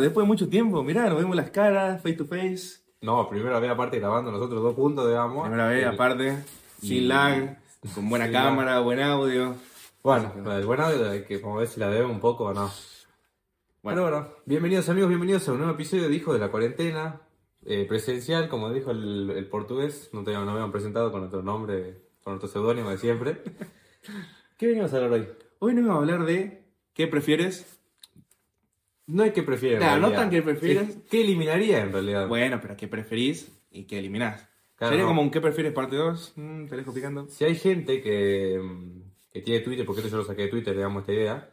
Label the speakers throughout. Speaker 1: después de mucho tiempo, mirá, nos vemos las caras, face to face.
Speaker 2: No, primera vez aparte grabando nosotros dos juntos, digamos. Eh,
Speaker 1: Primera vez,
Speaker 2: El-
Speaker 1: aparte, sin
Speaker 2: y-
Speaker 1: lag, con buena
Speaker 2: sin lag.
Speaker 1: cámara, buen audio.
Speaker 2: Bueno, la del buen audio, hay que como ver si la debo un poco o no.
Speaker 1: Bueno.
Speaker 2: Bueno, bueno, bienvenidos amigos, bienvenidos a un nuevo episodio de Hijo de la Cuarentena, eh, presencial, como dijo el, el portugués, no, te, no me habían presentado con otro nombre, con otro seudónimo de siempre. ¿Qué venimos a hablar hoy?
Speaker 1: Hoy nos vamos a hablar de qué prefieres.
Speaker 2: No hay que prefieres. en
Speaker 1: Claro, no
Speaker 2: realidad.
Speaker 1: tan que prefieras.
Speaker 2: Es ¿Qué eliminaría en realidad?
Speaker 1: Bueno, pero qué preferís y qué eliminás.
Speaker 2: Claro,
Speaker 1: Sería
Speaker 2: no.
Speaker 1: como un qué prefieres parte 2, te dejo picando.
Speaker 2: Si hay gente que, mm, que tiene Twitter, porque esto yo lo saqué de Twitter, digamos, esta idea,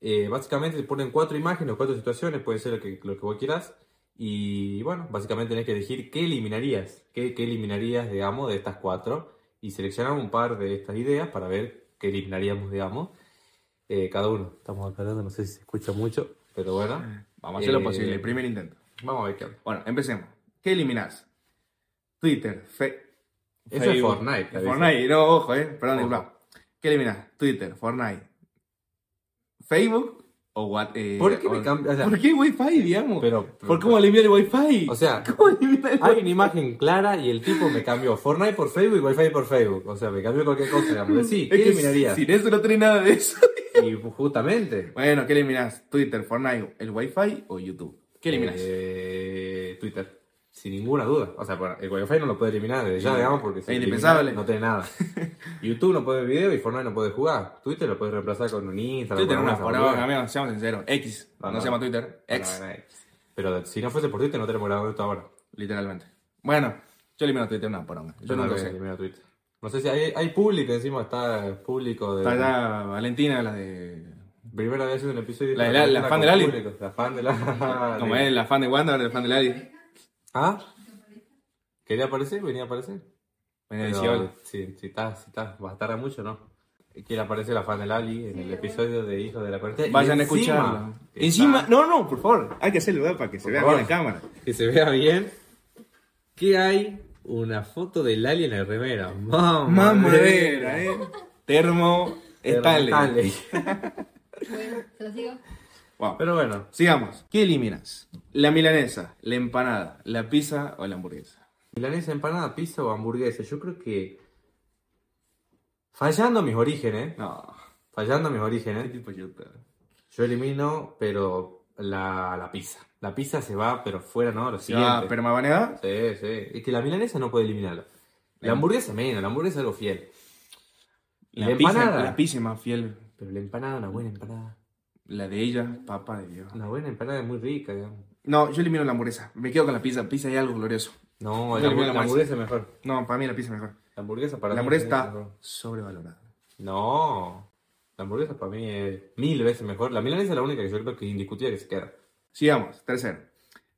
Speaker 2: eh, básicamente te ponen cuatro imágenes, cuatro situaciones, puede ser lo que, lo que vos quieras, y bueno, básicamente tenés que elegir qué eliminarías, qué, qué eliminarías, digamos, de estas cuatro, y seleccionamos un par de estas ideas para ver qué eliminaríamos, digamos, eh, cada uno. Estamos aclarando, no sé si se escucha mucho, pero bueno,
Speaker 1: Vamos a hacer lo
Speaker 2: Eh,
Speaker 1: posible, primer intento.
Speaker 2: vamos a ver qué onda.
Speaker 1: Bueno, empecemos. ¿Qué eliminás? Twitter, Fe-
Speaker 2: Eso es
Speaker 1: Facebook.
Speaker 2: Fortnite. te aviso.
Speaker 1: Fortnite, no, ojo, eh. Perdón,
Speaker 2: Ojo.
Speaker 1: disculpa. ¿Qué eliminás? Twitter, Fortnite, Facebook o what, eh,
Speaker 2: ¿Por qué
Speaker 1: o-
Speaker 2: me cambias? O sea,
Speaker 1: ¿Por qué Wi-Fi, digamos?
Speaker 2: Pero-
Speaker 1: ¿Por cómo eliminar el Wi-Fi?
Speaker 2: O sea,
Speaker 1: ¿cómo eliminar el
Speaker 2: Hay una imagen clara y el tipo me cambió Fortnite por Facebook y Wi-Fi por Facebook. O sea, me cambió cualquier cosa, digamos. Sí, ¿qué
Speaker 1: Es que
Speaker 2: eliminaría?
Speaker 1: Sin eso no tiene nada de eso.
Speaker 2: Y justamente.
Speaker 1: Bueno, ¿qué eliminás? ¿Twitter, Fortnite, el Wi-Fi o YouTube? ¿Qué eliminás?
Speaker 2: Eh, Twitter. Sin ninguna duda. O sea, bueno, el Wi-Fi no lo puede eliminar desde ya,
Speaker 1: Sí.
Speaker 2: digamos, porque si
Speaker 1: Es
Speaker 2: lo
Speaker 1: indispensable.
Speaker 2: elimina, no tiene nada. YouTube no puede ver video y Fortnite no puede jugar. Twitter lo puede reemplazar con un Instagram.
Speaker 1: Twitter
Speaker 2: con
Speaker 1: una
Speaker 2: alguna
Speaker 1: parada,
Speaker 2: boludez.
Speaker 1: amigo, seamos sinceros. X,
Speaker 2: No,
Speaker 1: no,
Speaker 2: no.
Speaker 1: se llama Twitter,
Speaker 2: Bueno,
Speaker 1: X,
Speaker 2: bueno, X. Pero si no fuese por Twitter no tenemos grabado esto ahora.
Speaker 1: literalmente. Bueno, yo elimino Twitter una poronga. Yo
Speaker 2: no
Speaker 1: nunca
Speaker 2: voy a
Speaker 1: sé.
Speaker 2: eliminar Twitter. No sé si hay, hay público encima, está público de...
Speaker 1: Está allá Valentina, la de.
Speaker 2: Primera vez haciendo un episodio.
Speaker 1: La- la- la fan del Ali.
Speaker 2: público, La fan de la.
Speaker 1: Como es la fan de Wanda, ahora la fan de Lali.
Speaker 2: ¿Ah? ¿Quería aparecer? ¿Venía a aparecer?
Speaker 1: Eh, Bueno,
Speaker 2: Pero,
Speaker 1: dice, hola.
Speaker 2: sí, si estás, si estás, va a tardar mucho, ¿no? Quiere aparecer la fan del Ali en el episodio de Hijo de la Cuarentena. Y
Speaker 1: Vayan a
Speaker 2: encima
Speaker 1: escucharla.
Speaker 2: está-
Speaker 1: Encima, no, no, por favor, hay que hacer lugar para que se
Speaker 2: Por
Speaker 1: vea bien
Speaker 2: favor.
Speaker 1: la cámara.
Speaker 2: Que se vea bien. Que hay una foto del Ali en la remera. Mamá.
Speaker 1: Mamadera, eh. Termo, Stanley.
Speaker 2: Stanley.
Speaker 3: Bueno, se los digo.
Speaker 1: Wow.
Speaker 2: Pero bueno,
Speaker 1: Sigamos. ¿Qué eliminas? ¿La milanesa, la empanada, la pizza o la hamburguesa?
Speaker 2: milanesa, empanada, pizza o hamburguesa. Yo creo que. Fallando mis orígenes.
Speaker 1: No,
Speaker 2: Fallando mis
Speaker 1: qué
Speaker 2: orígenes,
Speaker 1: tipo chuta.
Speaker 2: yo elimino, pero la, la pizza. La pizza se va, pero fuera, ¿no? Lo
Speaker 1: Si
Speaker 2: siguiente.
Speaker 1: va permabaneada,
Speaker 2: Sí, sí. Es que la milanesa no puede eliminarla. La hamburguesa menos, la hamburguesa es algo fiel.
Speaker 1: la,
Speaker 2: La
Speaker 1: pizza,
Speaker 2: empanada.
Speaker 1: la pizza es más fiel.
Speaker 2: Pero la empanada, una buena empanada.
Speaker 1: La de ella, papa de Dios.
Speaker 2: Una buena empanada es muy rica, digamos.
Speaker 1: No, yo elimino la hamburguesa. Me quedo con la pizza. Pizza hay algo glorioso.
Speaker 2: No,
Speaker 1: Yo
Speaker 2: la,
Speaker 1: elimino la
Speaker 2: hamburguesa hamburguesa es mejor.
Speaker 1: No, para mí la pizza es mejor.
Speaker 2: La hamburguesa
Speaker 1: La
Speaker 2: para mí
Speaker 1: hamburguesa
Speaker 2: es
Speaker 1: está
Speaker 2: mejor.
Speaker 1: sobrevalorada.
Speaker 2: No. La hamburguesa para mí es mil veces mejor. La milanesa es la única que yo creo que es indiscutible que se queda.
Speaker 1: Sigamos. Tercero.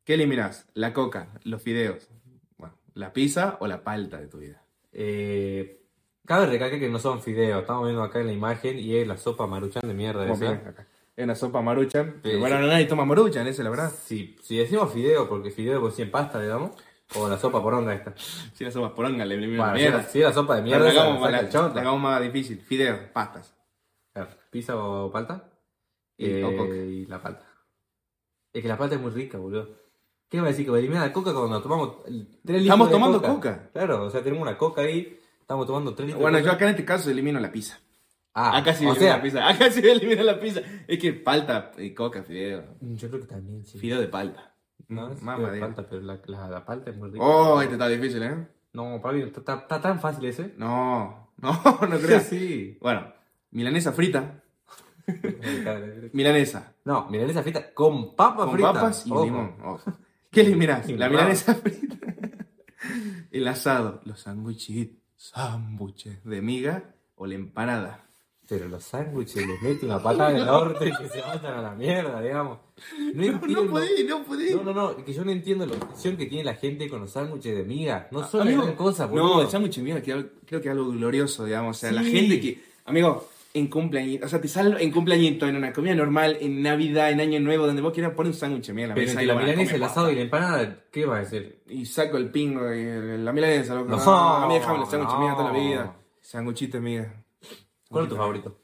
Speaker 1: ¿Qué eliminás? ¿La coca, los fideos? Bueno, ¿la pizza o la palta de tu vida?
Speaker 2: Eh, cabe recalcar que no son fideos. Estamos viendo acá en la imagen y es la sopa maruchan de mierda
Speaker 1: Como
Speaker 2: esa.
Speaker 1: bien acá. Es una sopa maruchan.
Speaker 2: Sí,
Speaker 1: bueno, no nadie toma maruchan, esa es la verdad.
Speaker 2: Si, si decimos fideo, porque fideo por 100 pasta, digamos, o la sopa poronga esta.
Speaker 1: Si la sopa poronga, le elimino
Speaker 2: Bueno,
Speaker 1: la
Speaker 2: si
Speaker 1: mierda.
Speaker 2: era- si era sopa de
Speaker 1: Pero
Speaker 2: mierda,
Speaker 1: la,
Speaker 2: esa
Speaker 1: hagamos
Speaker 2: la
Speaker 1: más,
Speaker 2: saca el chota.
Speaker 1: la hagamos más difícil. Fideos, pastas.
Speaker 2: Claro, Pizza o palta.
Speaker 1: Y-
Speaker 2: Eh,
Speaker 1: o coca.
Speaker 2: y la palta. Es que la palta es muy rica, boludo. ¿Qué va a decir? Que va a eliminar la coca cuando tomamos 3 litros
Speaker 1: Estamos
Speaker 2: de
Speaker 1: tomando coca.
Speaker 2: Claro, o sea, tenemos una coca ahí, estamos tomando 3 litros
Speaker 1: Bueno,
Speaker 2: de
Speaker 1: yo
Speaker 2: coca.
Speaker 1: acá en este caso elimino la pizza.
Speaker 2: Ah,
Speaker 1: acá sí
Speaker 2: o
Speaker 1: elimino
Speaker 2: sea,
Speaker 1: la pizza. Acá sí elimino la pizza. Es que palta, eh, coca, fideo.
Speaker 2: mm, yo creo que también sí.
Speaker 1: Fideo de palta.
Speaker 2: No, es
Speaker 1: Mamá de-
Speaker 2: la palta, pero la, la, la palta es muy rica.
Speaker 1: Oh, este está difícil, ¿eh?
Speaker 2: No, Pablo, está, está- está tan fácil ese.
Speaker 1: No, no, no creas.
Speaker 2: sí.
Speaker 1: Bueno, milanesa frita.
Speaker 2: eh.
Speaker 1: Milanesa.
Speaker 2: No, milanesa Ah, frita con papas
Speaker 1: Con
Speaker 2: fritas.
Speaker 1: papas y
Speaker 2: Ojo.
Speaker 1: limón. ojo. ¿Qué eliminás?
Speaker 2: Y
Speaker 1: La
Speaker 2: limón.
Speaker 1: milanesa frita. El asado. Los sándwiches. Sándwiches de miga o la empanada.
Speaker 2: Pero los sándwiches les meten una patada en el norte y que se matan a la mierda, digamos. No entiendo.
Speaker 1: no
Speaker 2: No, no, no, que yo no entiendo la obsesión que tiene la gente con los sándwiches de miga. No son
Speaker 1: Ah, Amigo,
Speaker 2: la gran cosa,
Speaker 1: No,
Speaker 2: boludo.
Speaker 1: el sándwich mira, creo, creo que es algo glorioso, digamos. O sea, la
Speaker 2: Sí.
Speaker 1: gente que. Amigo, en cumpleañito. O sea, te sale en cumpleañito, en una comida normal, en Navidad, en Año Nuevo, donde vos quieras, poner un sándwich mira, en la
Speaker 2: Pero
Speaker 1: mesa
Speaker 2: entre
Speaker 1: y
Speaker 2: la
Speaker 1: lo van a
Speaker 2: milanesa,
Speaker 1: comer,
Speaker 2: el
Speaker 1: pa.
Speaker 2: asado y la empanada, ¿qué va a decir?
Speaker 1: Y saco el pingo de la milanesa, loco.
Speaker 2: No,
Speaker 1: a mí déjame los sándwiches
Speaker 2: no.
Speaker 1: mía toda la vida. Sanguchito, mía.
Speaker 2: ¿Cuál es tu favorito?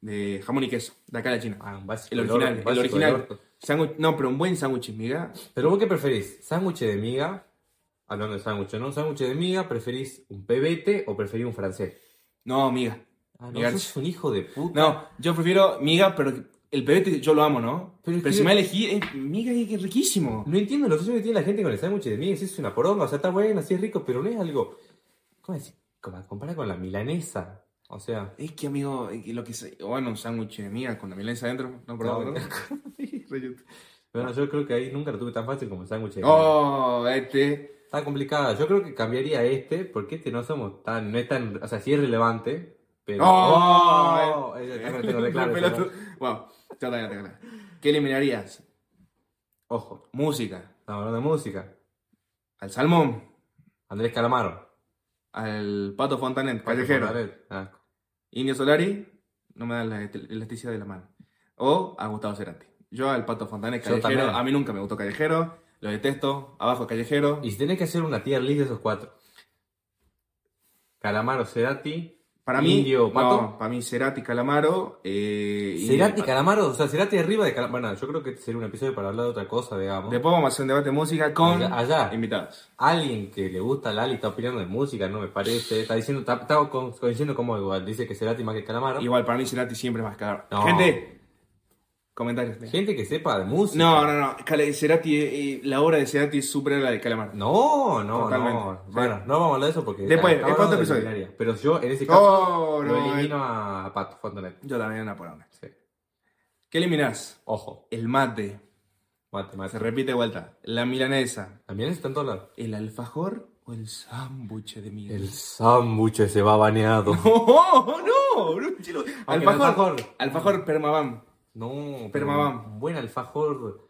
Speaker 1: De jamón y queso, de acá de la China.
Speaker 2: Ah, un básico
Speaker 1: El
Speaker 2: de
Speaker 1: original,
Speaker 2: orto, un
Speaker 1: el
Speaker 2: básico de
Speaker 1: original.
Speaker 2: orto.
Speaker 1: Sándwich- no, pero un buen sándwich en miga.
Speaker 2: Pero vos qué preferís, sándwich de miga, hablando de sándwich, ¿no? Un sándwich de miga, ¿preferís un pebete o preferís un francés?
Speaker 1: No, miga.
Speaker 2: Ah, no,
Speaker 1: Migarch.
Speaker 2: sos un hijo de puta.
Speaker 1: No, yo prefiero miga, pero el pebete yo lo amo, ¿no? Pero,
Speaker 2: Pero es que-
Speaker 1: si me elegí, eh, miga es riquísimo.
Speaker 2: No entiendo la obsesión que tiene la gente con el sándwich de miga, si es una poronga, o sea, está bueno, así es rico, pero no es algo... ¿Cómo decir? Como compara con la milanesa, o sea...
Speaker 1: Es que, amigo, es que lo que se... oh, Bueno, un sándwich de miga con la milanesa adentro. No, perdón,
Speaker 2: No,
Speaker 1: ¿no?
Speaker 2: Bueno, yo creo que ahí nunca lo tuve tan fácil como el sándwich de miga.
Speaker 1: oh, este...
Speaker 2: Está complicada. Yo creo que cambiaría este, porque este no somos tan, no es tan, o sea, sí es relevante, pero.
Speaker 1: ¡Oh!
Speaker 2: ¡Oh! Ese también tengo de claro,
Speaker 1: Pelotudo.
Speaker 2: ese, ¿no?
Speaker 1: Wow, ya está, ya está, ya está. ¿Qué eliminarías?
Speaker 2: Ojo,
Speaker 1: Música.
Speaker 2: estamos hablando de música.
Speaker 1: Al salmón.
Speaker 2: Andrés Calamaro.
Speaker 1: Al pato fontanet, callejero.
Speaker 2: Ah,
Speaker 1: Indio Solari, no me da la el- elasticidad de la mano. O a Gustavo Cerati. Yo al Pato Fontanes,
Speaker 2: Yo
Speaker 1: Callejero.
Speaker 2: también.
Speaker 1: A mí nunca me gustó Callejero. Lo detesto. Abajo Callejero.
Speaker 2: Y si tenés que hacer una tier list de esos cuatro. Calamaro, Cerati.
Speaker 1: para mí,
Speaker 2: Indio,
Speaker 1: no,
Speaker 2: Pato.
Speaker 1: para mí Cerati, Calamaro. Eh, Indio
Speaker 2: Cerati,
Speaker 1: y Pato.
Speaker 2: Calamaro, o sea, Cerati arriba de Calamaro. Bueno, yo creo que sería un episodio para hablar de otra cosa, digamos.
Speaker 1: Después vamos a hacer un debate de música con
Speaker 2: Allá- allá.
Speaker 1: invitados.
Speaker 2: Alguien que le gusta a Lali está opinando de música, no me parece. Está diciendo, está, está con- coincidiendo como igual. Dice que Cerati más que Calamaro.
Speaker 1: Igual, para mí Cerati siempre es más caro.
Speaker 2: No.
Speaker 1: Gente, comentarios.
Speaker 2: Gente que sepa de música.
Speaker 1: No, no, no. Cale- Cerati, eh, la obra de Cerati es superior a la de Calamaro.
Speaker 2: No, no,
Speaker 1: Totalmente.
Speaker 2: no.
Speaker 1: Sí.
Speaker 2: Bueno, no vamos a hablar de eso porque.
Speaker 1: Después,
Speaker 2: estaba
Speaker 1: ¿en cuánto
Speaker 2: hablando de
Speaker 1: episodio?
Speaker 2: Luminaria. Pero yo en ese caso
Speaker 1: Oh, no,
Speaker 2: lo
Speaker 1: eh.
Speaker 2: elimino a Pato Fontanet.
Speaker 1: Yo también, una por una.
Speaker 2: Sí.
Speaker 1: ¿Qué eliminás?
Speaker 2: Ojo,
Speaker 1: El mate.
Speaker 2: mate,
Speaker 1: Se
Speaker 2: mate.
Speaker 1: repite de vuelta. La milanesa,
Speaker 2: También está en todos lados.
Speaker 1: el alfajor o el sándwich de miga.
Speaker 2: El sándwich se va baneado.
Speaker 1: ¡Oh, no! bro, chilo.
Speaker 2: Aunque
Speaker 1: Alfajor.
Speaker 2: el alfajor.
Speaker 1: Alfajor, permabam.
Speaker 2: No, pero
Speaker 1: Permabam.
Speaker 2: un Buen alfajor.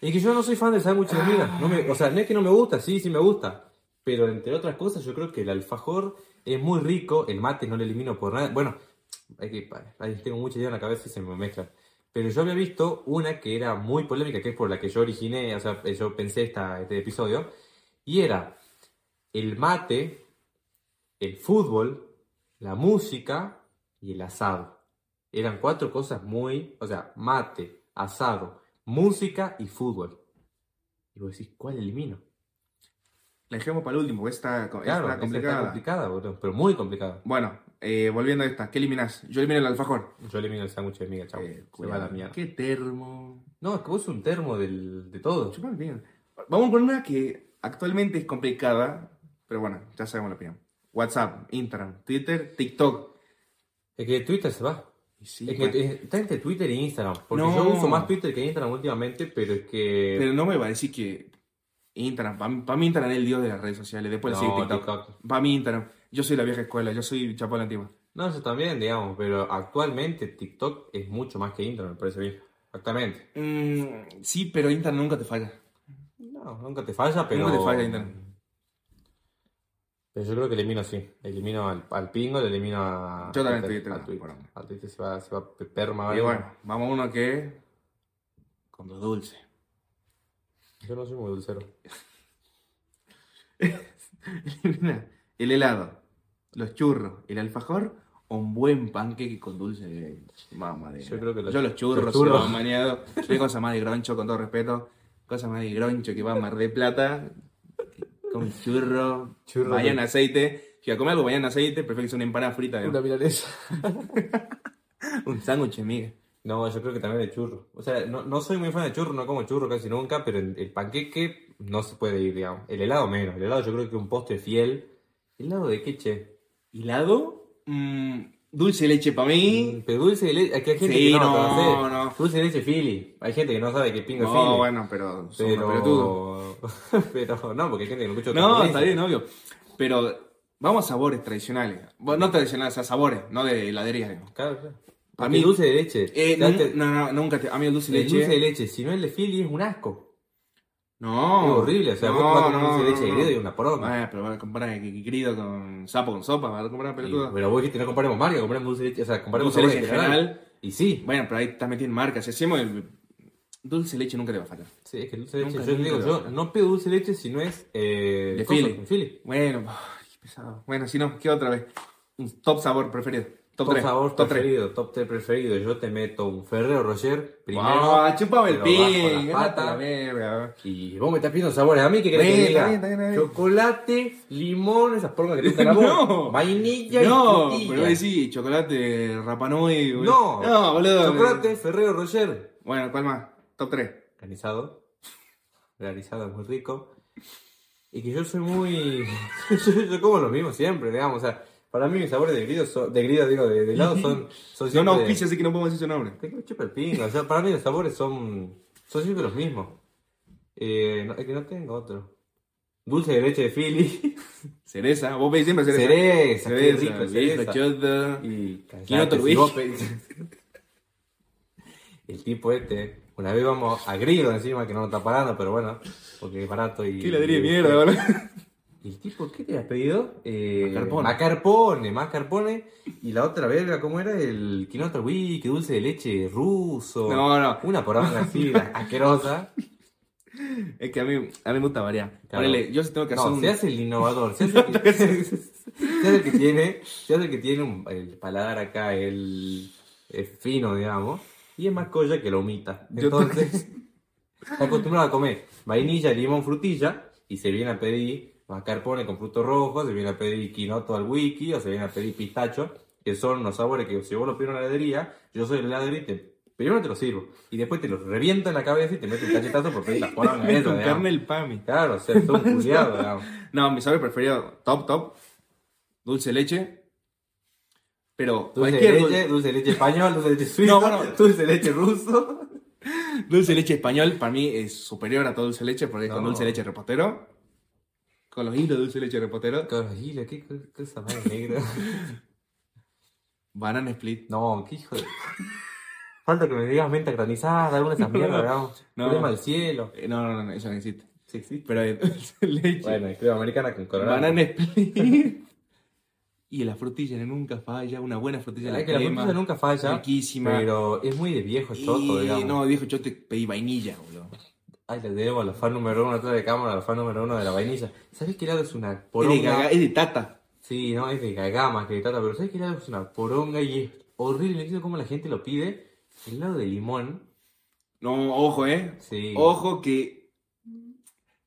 Speaker 2: Es que yo no soy fan del sándwich de miga. No me- o sea, no es que no me gusta, sí, sí me gusta. Pero entre otras cosas, yo creo que el alfajor es muy rico. El mate no lo elimino por nada. Bueno, hay que, ahí tengo mucha idea en la cabeza y se me mezclan. Pero yo había visto una que era muy polémica, que es por la que yo originé, o sea, yo pensé esta, este episodio. Y era el mate, el fútbol, la música y el asado. Eran cuatro cosas muy, o sea, mate, asado, música y fútbol. Y vos decís, ¿cuál elimino?
Speaker 1: La dejemos para el último, porque esta, esta
Speaker 2: Claro,
Speaker 1: está
Speaker 2: esa
Speaker 1: complicada.
Speaker 2: está complicada, boludo, pero muy complicada.
Speaker 1: Bueno, eh, volviendo a esta, ¿qué eliminás? Yo elimino el alfajor.
Speaker 2: Yo elimino el sándwich de miga, chavo.
Speaker 1: Eh,
Speaker 2: Se va a la mierda.
Speaker 1: Qué termo.
Speaker 2: No, es que vos sos un termo del, de todo.
Speaker 1: Chupame bien. Vamos con una que actualmente es complicada, pero bueno, ya sabemos la opinión. WhatsApp, Instagram, Twitter, TikTok.
Speaker 2: Es que Twitter se va.
Speaker 1: Y sí,
Speaker 2: es que
Speaker 1: bueno,
Speaker 2: es- está entre Twitter e Instagram. Porque
Speaker 1: No.
Speaker 2: yo uso más Twitter que Instagram últimamente, pero es que.
Speaker 1: Pero no me va a decir que Instagram, para mí, pa' mí Instagram es el dios de las redes sociales, después
Speaker 2: No,
Speaker 1: le sigue TikTok.
Speaker 2: TikTok.
Speaker 1: Para mí Instagram, yo soy la vieja escuela, yo soy chapón antiguo.
Speaker 2: No, eso también, digamos, pero actualmente TikTok es mucho más que Instagram, me parece bien. Actualmente.
Speaker 1: Mm, sí, pero Instagram nunca te falla.
Speaker 2: No, nunca te falla, pero.
Speaker 1: Nunca te falla Internet.
Speaker 2: Pero yo creo que elimino sí. Elimino al, al pingo, le elimino a.
Speaker 1: Yo también
Speaker 2: Twitter,
Speaker 1: Twitter,
Speaker 2: A Twitter.
Speaker 1: bueno.
Speaker 2: A Twitter se va, se va pe- perma,
Speaker 1: Y
Speaker 2: ¿vale?
Speaker 1: bueno, vamos a uno que... Con lo dulce.
Speaker 2: Yo no soy muy dulcero.
Speaker 1: el helado, los churros, el alfajor o un buen panqueque con dulce de mamadera.
Speaker 2: Yo creo que los-
Speaker 1: Yo los churros,
Speaker 2: los
Speaker 1: los
Speaker 2: churros.
Speaker 1: churros. maniado. Yo cosa más de groncho, con todo respeto. Cosa más de groncho que va a Mar de Plata. Con churro,
Speaker 2: Churro
Speaker 1: churro vayan
Speaker 2: de-
Speaker 1: aceite. Si a comer algo, vayan aceite. Prefiero que sea una empanada frita. de-
Speaker 2: milanesa.
Speaker 1: Un sándwich, amiga.
Speaker 2: No, yo creo que también de churro. O sea, no, no soy muy fan de churro, no como churro casi nunca, pero el, el panqueque no se puede ir, digamos. El helado menos. El helado yo creo que un postre fiel. ¿El helado de qué, che?
Speaker 1: Helado, mm, dulce de leche para mí.
Speaker 2: Pero dulce de leche, aquí hay gente
Speaker 1: Sí,
Speaker 2: que no, lo
Speaker 1: no,
Speaker 2: conoce.
Speaker 1: no.
Speaker 2: Dulce de leche Philly. Hay gente que no sabe que pingo es
Speaker 1: No,
Speaker 2: Philly.
Speaker 1: Oh, bueno, pero. son unos pelotudos.
Speaker 2: Mm, pero... pero no, porque hay gente que no escucha
Speaker 1: No,
Speaker 2: otra
Speaker 1: está
Speaker 2: cosa.
Speaker 1: bien, obvio. Pero vamos a sabores tradicionales. Bueno, no tradicionales, o sea, sabores, no de heladería. digamos.
Speaker 2: Claro, claro.
Speaker 1: Para
Speaker 2: Porque
Speaker 1: mí-
Speaker 2: dulce de leche.
Speaker 1: Eh,
Speaker 2: Ya
Speaker 1: nun-
Speaker 2: te-
Speaker 1: No, no, nunca te. A mí el dulce
Speaker 2: el
Speaker 1: de leche.
Speaker 2: dulce de leche, si no es el de Philly, es un asco.
Speaker 1: No.
Speaker 2: Es horrible, o sea, vos vas a comer dulce de leche de Grido y una poronga.
Speaker 1: Ah, pero vas a comprar grido con sapo con sopa, vas a comprar
Speaker 2: Y-
Speaker 1: pelotuda.
Speaker 2: pero vos dijiste, no comparemos marca, comparemos dulce de leche. O sea, comparemos
Speaker 1: Dulce de
Speaker 2: sabores
Speaker 1: leche en
Speaker 2: en general.
Speaker 1: general.
Speaker 2: Y sí.
Speaker 1: Bueno, pero ahí estás metido en marcas. Si hacemos el. Dulce de leche nunca te va a fallar.
Speaker 2: Sí, es que el dulce de leche,
Speaker 1: Nunca,
Speaker 2: yo
Speaker 1: nunca
Speaker 2: digo,
Speaker 1: lo
Speaker 2: yo
Speaker 1: hago.
Speaker 2: no pido dulce de leche si no es... Eh,
Speaker 1: De
Speaker 2: coso,
Speaker 1: Philly.
Speaker 2: de Philly.
Speaker 1: Bueno, ay, qué pesado. Bueno, si no, ¿qué otra vez? Un top sabor preferido. Top
Speaker 2: Top,
Speaker 1: 3.
Speaker 2: sabor
Speaker 1: top 3.
Speaker 2: preferido, top 3 preferido. Yo te meto un Ferrero Rocher primero.
Speaker 1: Ah, chúpame el
Speaker 2: te lo bajo
Speaker 1: pin. gánate
Speaker 2: la pata.
Speaker 1: la verga.
Speaker 2: Y vos me estás pidiendo sabores a mí, ¿qué querés
Speaker 1: Bien,
Speaker 2: que
Speaker 1: está
Speaker 2: diga?
Speaker 1: bien, está bien, está bien.
Speaker 2: Chocolate, limón, esas porcas que te gustan a vos.
Speaker 1: No.
Speaker 2: Vainilla
Speaker 1: No,
Speaker 2: y frutilla.
Speaker 1: pero ahí sí, chocolate, rapanui.
Speaker 2: No.
Speaker 1: no, boludo.
Speaker 2: Chocolate, Ferrero Rocher.
Speaker 1: Bueno, ¿cuál más? Top 3.
Speaker 2: Granizado. Granizado es muy rico. Y que yo soy muy... yo, yo como lo mismo siempre, digamos. O sea, para mí mis sabores de grido, son- de grido digo, de, de helado son, son
Speaker 1: No
Speaker 2: siempre...
Speaker 1: nos auspicia, así que no podemos decir su nombre.
Speaker 2: Tengo chupa el pingo, o sea, para mí los sabores son, son siempre los mismos. Eh, no- es que no tengo otro. Dulce de leche de Philly.
Speaker 1: Cereza, vos pedís siempre cereza.
Speaker 2: Cereza, qué
Speaker 1: cereza, vieja
Speaker 2: rico, cereza.
Speaker 1: chota.
Speaker 2: Y
Speaker 1: Quinoto
Speaker 2: cállate, si
Speaker 1: Ruiz.
Speaker 2: vos pensás- El tipo este, una vez vamos a Grido encima, que no nos está pagando, pero bueno, porque es barato y...
Speaker 1: Qué ladrillo de mierda, boludo.
Speaker 2: ¿Y el tipo qué te has pedido? Eh,
Speaker 1: Mascarpone.
Speaker 2: Mascarpone, mascarpone. Y la otra verga, ¿cómo era? El quinoa wiki, que dulce de leche ruso.
Speaker 1: No, no.
Speaker 2: Una poronga así, asquerosa.
Speaker 1: Es que a mí, a mí me gusta variar.
Speaker 2: Claro.
Speaker 1: Ponele, yo sí tengo que hacer
Speaker 2: No,
Speaker 1: un.
Speaker 2: se hace el innovador, se hace el que, se hace el que tiene, se hace el que tiene un- el paladar acá, el, el fino, digamos, y es más colla que lo omita.
Speaker 1: Yo tengo que-
Speaker 2: Entonces, está acostumbrado a comer vainilla, limón, frutilla, y se viene a pedir mascarpone con frutos rojos, se viene a pedir quinoto al wiki, o se viene a pedir pistacho, que son los sabores que si vos lo pides en una heladería, yo soy el heladero y te... Primero te lo sirvo, y después te lo reviento en la cabeza y te meto un cachetazo por pedir la forma
Speaker 1: Me con carne el pami.
Speaker 2: Claro, o sea, es un culiado, digamos.
Speaker 1: No, mi sabor preferido, top, top. Dulce de leche. Pero
Speaker 2: Dulce de
Speaker 1: cualquier
Speaker 2: leche, dulce de leche español, dulce de leche suizo,
Speaker 1: No, bueno.
Speaker 2: dulce de leche ruso.
Speaker 1: dul- dulce de leche español para mí es superior a todo dulce de leche porque es con
Speaker 2: No.
Speaker 1: dulce de leche repostero. Con los hilos de dulce de leche repostero.
Speaker 2: Caballero, qué co- cosa más negra.
Speaker 1: Banana split.
Speaker 2: No, qué hijo de. Falta que me digas menta granizada, alguna de esas mierdas, digamos.
Speaker 1: No.
Speaker 2: Crema al cielo.
Speaker 1: Eh, No, no, no, eso no existe.
Speaker 2: Sí, sí.
Speaker 1: Pero es dulce de leche.
Speaker 2: Bueno, y crema americana con coronado.
Speaker 1: Banana split. y la frutilla nunca falla. Una buena frutilla.
Speaker 2: Es
Speaker 1: la
Speaker 2: que la
Speaker 1: crema.
Speaker 2: frutilla nunca falla.
Speaker 1: Riquísima.
Speaker 2: Pero es muy de viejo
Speaker 1: Y-
Speaker 2: choto, digamos.
Speaker 1: no, viejo, yo te pedí vainilla, bolulo.
Speaker 2: Ay, le debo a la fan número uno atrás de cámara, a la fan número uno de la vainilla. ¿Sabes qué lado es una
Speaker 1: Es de,
Speaker 2: poronga?
Speaker 1: gaga- es de tata.
Speaker 2: Sí, no, es de gagama que trata, pero ¿sabes qué helado es una poronga y es horrible? No entiendo cómo la gente lo pide. El helado de limón,
Speaker 1: No, ojo, eh.
Speaker 2: sí.
Speaker 1: Ojo que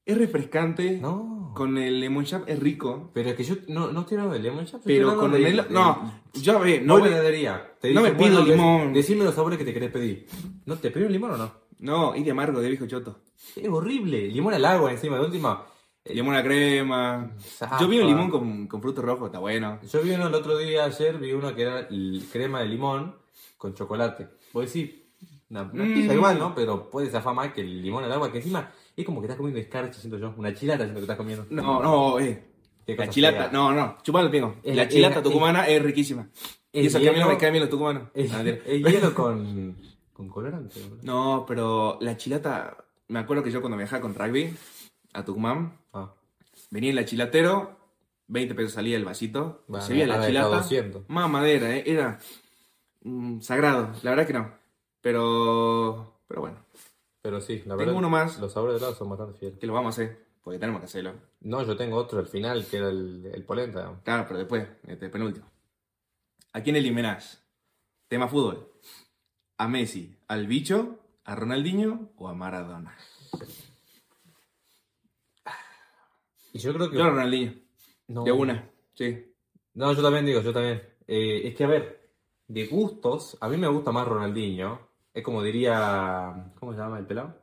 Speaker 1: es refrescante.
Speaker 2: No.
Speaker 1: Con el lemon chap es rico.
Speaker 2: Pero es que yo no, no estoy hablando de lemon chap. yo
Speaker 1: Pero
Speaker 2: estoy
Speaker 1: con
Speaker 2: hablando
Speaker 1: el...
Speaker 2: de-
Speaker 1: No, yo a ver,
Speaker 2: No
Speaker 1: no,
Speaker 2: voy a la
Speaker 1: voy-
Speaker 2: heladería. Te
Speaker 1: no
Speaker 2: dicen,
Speaker 1: me pido
Speaker 2: bueno,
Speaker 1: limón.
Speaker 2: dec- Decime los sabores que te querés pedir. ¿No te pedí un limón o no?
Speaker 1: no, es de amargo, de viejo choto.
Speaker 2: Es horrible. Limón al agua encima, de última.
Speaker 1: Limón a la crema.
Speaker 2: Zapa.
Speaker 1: Yo vi un limón con, con fruto rojo, está bueno.
Speaker 2: Yo vi uno el otro día, ayer, vi uno que era l- crema de limón con chocolate. Vos decís, una, una
Speaker 1: Mm.
Speaker 2: pija igual, ¿no? Pero puede zafar más que el limón al agua, que encima es como que estás comiendo escarcha, siento yo. Una chilata siento que estás comiendo.
Speaker 1: No, no, eh.
Speaker 2: Qué
Speaker 1: La
Speaker 2: cosa
Speaker 1: chilata,
Speaker 2: fea.
Speaker 1: no, no, chupalo el pingo.
Speaker 2: Es-
Speaker 1: la chilata
Speaker 2: es-
Speaker 1: tucumana es riquísima.
Speaker 2: es
Speaker 1: Y eso que a mí no
Speaker 2: hielo.
Speaker 1: me caen bien los tucumanos.
Speaker 2: Es,
Speaker 1: Ah, mentira.
Speaker 2: es hielo con, con colorante. boludo.
Speaker 1: No, pero la chilata, me acuerdo que yo cuando viajaba con rugby a Tucumán,
Speaker 2: Ah,
Speaker 1: venía el achilatero, 20 pesos salía el vasito,
Speaker 2: Bueno,
Speaker 1: se veía la
Speaker 2: ahora está
Speaker 1: chilata,
Speaker 2: 200.
Speaker 1: más madera, eh, era mm, sagrado, la verdad que no, pero, pero bueno,
Speaker 2: pero sí,
Speaker 1: Tengo
Speaker 2: la verdad.
Speaker 1: uno más.
Speaker 2: Los sabores de helado son bastante fieles.
Speaker 1: que lo vamos a hacer, porque tenemos que hacerlo,
Speaker 2: No, yo tengo otro al final, que era el, el polenta.
Speaker 1: claro, pero después, este penúltimo. ¿A quién eliminás? Tema fútbol, ¿a Messi, al bicho, a Ronaldinho o a Maradona?
Speaker 2: Y yo creo que.
Speaker 1: Yo a Ronaldinho,
Speaker 2: no.
Speaker 1: de una, sí.
Speaker 2: No, yo también digo, yo también. Eh, es que, a ver, de gustos, a mí me gusta más Ronaldinho. Es como diría. ¿Cómo se llama el pelado?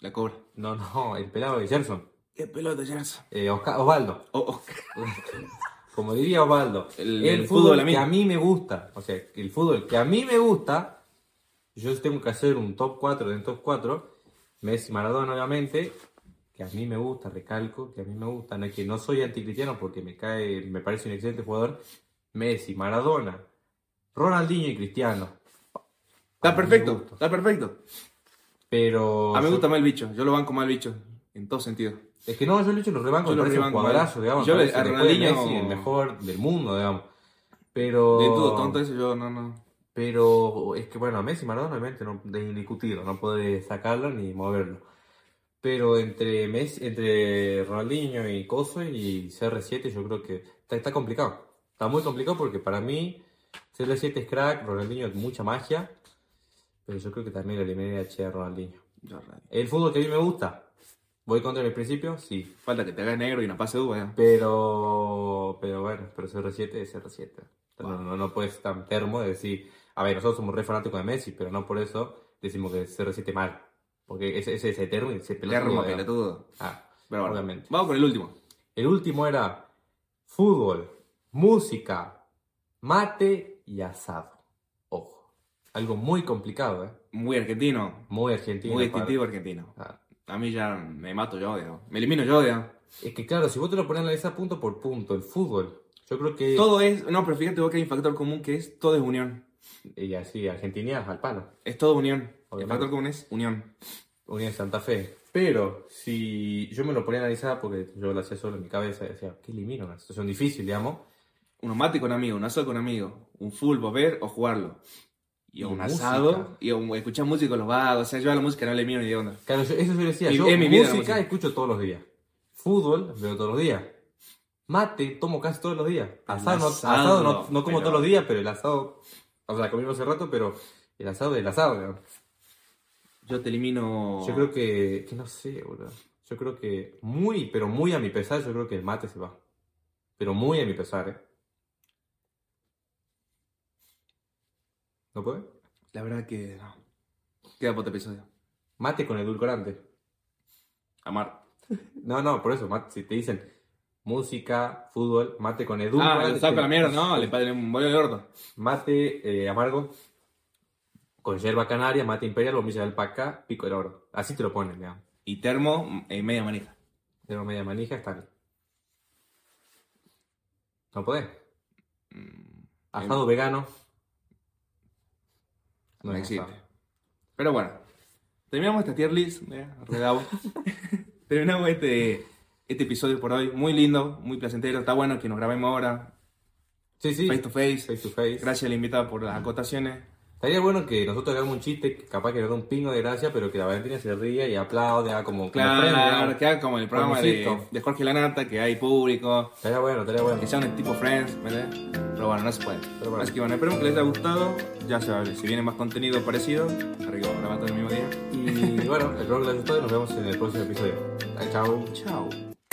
Speaker 1: La cobra.
Speaker 2: No, no, el pelado de Gerson.
Speaker 1: ¡Qué pelota, Gerson!
Speaker 2: Eh, Osca- Osvaldo.
Speaker 1: Oh, oh.
Speaker 2: Como diría Osvaldo.
Speaker 1: El-
Speaker 2: El,
Speaker 1: el
Speaker 2: fútbol,
Speaker 1: fútbol a mí.
Speaker 2: que a mí me gusta. O sea, el fútbol que a mí me gusta. Yo tengo que hacer un top 4 del top 4. Messi Maradona, obviamente. Que a mí me gusta, recalco, que a mí me gusta. No es que no soy anticristiano porque me cae, me parece un excelente jugador. Messi, Maradona, Ronaldinho y Cristiano.
Speaker 1: Está
Speaker 2: A mí me
Speaker 1: perfecto,
Speaker 2: gusta.
Speaker 1: está perfecto.
Speaker 2: Pero.
Speaker 1: A mí me
Speaker 2: yo-
Speaker 1: gusta más el bicho, yo lo banco más el bicho, en todo sentido.
Speaker 2: Es que no, yo lo he hecho en los rebancos,
Speaker 1: Yo
Speaker 2: me
Speaker 1: lo
Speaker 2: parece un
Speaker 1: rebanco,
Speaker 2: jugadorazo, digamos.
Speaker 1: yo
Speaker 2: me
Speaker 1: le-
Speaker 2: parece
Speaker 1: a
Speaker 2: después de
Speaker 1: Ronaldinho-
Speaker 2: Messi, el mejor del mundo, digamos. Pero.
Speaker 1: De todo tonto eso yo no, no.
Speaker 2: Pero es que bueno, a Messi y Maradona obviamente no es indiscutido, no puede sacarlo ni moverlo. Pero entre Messi, entre Ronaldinho y Coso y CR7 yo creo que está, está complicado. Está muy complicado porque para mí CR7 es crack, Ronaldinho mucha magia. Pero yo creo que también le eliminé a Che a Ronaldinho.
Speaker 1: Yo, Ronaldinho.
Speaker 2: El fútbol que a mí me gusta. ¿Voy contra mis principios? Sí.
Speaker 1: Falta que te hagas negro y una pase duda. ¿eh?
Speaker 2: Pero. Pero bueno, pero CR7 es CR7. No, no, no puedes tan termo de decir. A ver, nosotros somos re fanáticos de Messi, pero no por eso decimos que CR7 mal. Porque ese ese es eterno y se pelota.
Speaker 1: Termo, pelotudo.
Speaker 2: Ah,
Speaker 1: Pero bueno,
Speaker 2: Obviamente.
Speaker 1: vamos con el último.
Speaker 2: El último era fútbol, música, mate y asado. Ojo. Algo muy complicado, ¿eh?
Speaker 1: Muy argentino.
Speaker 2: Muy argentino.
Speaker 1: muy
Speaker 2: para-
Speaker 1: distintivo argentino.
Speaker 2: Ah.
Speaker 1: A mí ya me mato yo, digamos. Me elimino yo, digamos.
Speaker 2: Es que claro, si vos te lo pones a analizar punto por punto, el fútbol, yo creo que...
Speaker 1: Todo es. No, pero fíjate vos que hay un factor común que es todo es unión.
Speaker 2: Y así, Argentina al palo.
Speaker 1: Es todo unión. El
Speaker 2: Obviamente.
Speaker 1: factor común es unión.
Speaker 2: Unión Santa Fe. Pero si yo me lo ponía a analizar, porque yo lo hacía solo en mi cabeza, decía, ¿qué elimino? Una situación difícil, digamos.
Speaker 1: Unos mate con amigos, un asado con amigos, un fútbol, ver o jugarlo. Y,
Speaker 2: Y
Speaker 1: un
Speaker 2: música.
Speaker 1: asado, y un, escuchar música con los vagos. O sea, yo a la música no le miro ni de onda.
Speaker 2: Claro, yo- eso yo decía,
Speaker 1: Mi-
Speaker 2: yo
Speaker 1: es mi vida la
Speaker 2: música
Speaker 1: música.
Speaker 2: escucho todos los días. Fútbol veo todos los días. Mate tomo casi todos los días. Asado, no,
Speaker 1: asado,
Speaker 2: asado no, no como
Speaker 1: pero-
Speaker 2: todos los días, pero el asado... O sea, comimos hace rato, pero el asado es el asado, digamos.
Speaker 1: Yo te elimino.
Speaker 2: Yo creo que, que no sé, boludo. Yo creo que muy, pero muy a mi pesar, yo creo que el mate se va. Pero muy a mi pesar, ¿eh? ¿No puede?
Speaker 1: La verdad que no. Queda para otro episodio.
Speaker 2: Mate con edulcorante.
Speaker 1: Amar.
Speaker 2: No, no, por eso, mate, si te dicen música, fútbol, mate con
Speaker 1: Ah,
Speaker 2: edulcorante.
Speaker 1: lo saco a la mierda, no, le padre un bollo de orto.
Speaker 2: Mate eh, amargo con yerba canaria, mate imperial, bombilla de alpaca, pico de oro. Así te lo ponen, ya.
Speaker 1: Y termo, eh, media manija.
Speaker 2: De media manija está bien. ¿No podés?
Speaker 1: Mm,
Speaker 2: Asado vegano.
Speaker 1: No,
Speaker 2: es
Speaker 1: existe.
Speaker 2: asado.
Speaker 1: Pero bueno, terminamos esta tier list, eh, arreglado. terminamos este, este episodio por hoy. Muy lindo, muy placentero. Está bueno que nos grabemos ahora,
Speaker 2: Sí, sí.
Speaker 1: face to face.
Speaker 2: Face to face.
Speaker 1: Gracias al invitado por las acotaciones.
Speaker 2: Estaría bueno que nosotros hagamos un chiste, que capaz que nos da un pingo de gracia, pero que la Valentina se ría y aplaude, haga como... como
Speaker 1: Claro,
Speaker 2: friend,
Speaker 1: que
Speaker 2: digamos.
Speaker 1: haga como el programa de,
Speaker 2: Hermosito.
Speaker 1: de Jorge Lanata, que hay público.
Speaker 2: Estaría bueno, estaría bueno.
Speaker 1: que sean de tipo Friends, ¿verdad? Pero bueno, no se puede.
Speaker 2: Pero bueno.
Speaker 1: Así que bueno, espero que les haya gustado. Ya saben, si viene más contenido parecido, arriba, grabado el mismo día.
Speaker 2: Y bueno, espero que les haya gustado y nos vemos en el próximo episodio. Chao.
Speaker 1: Chao.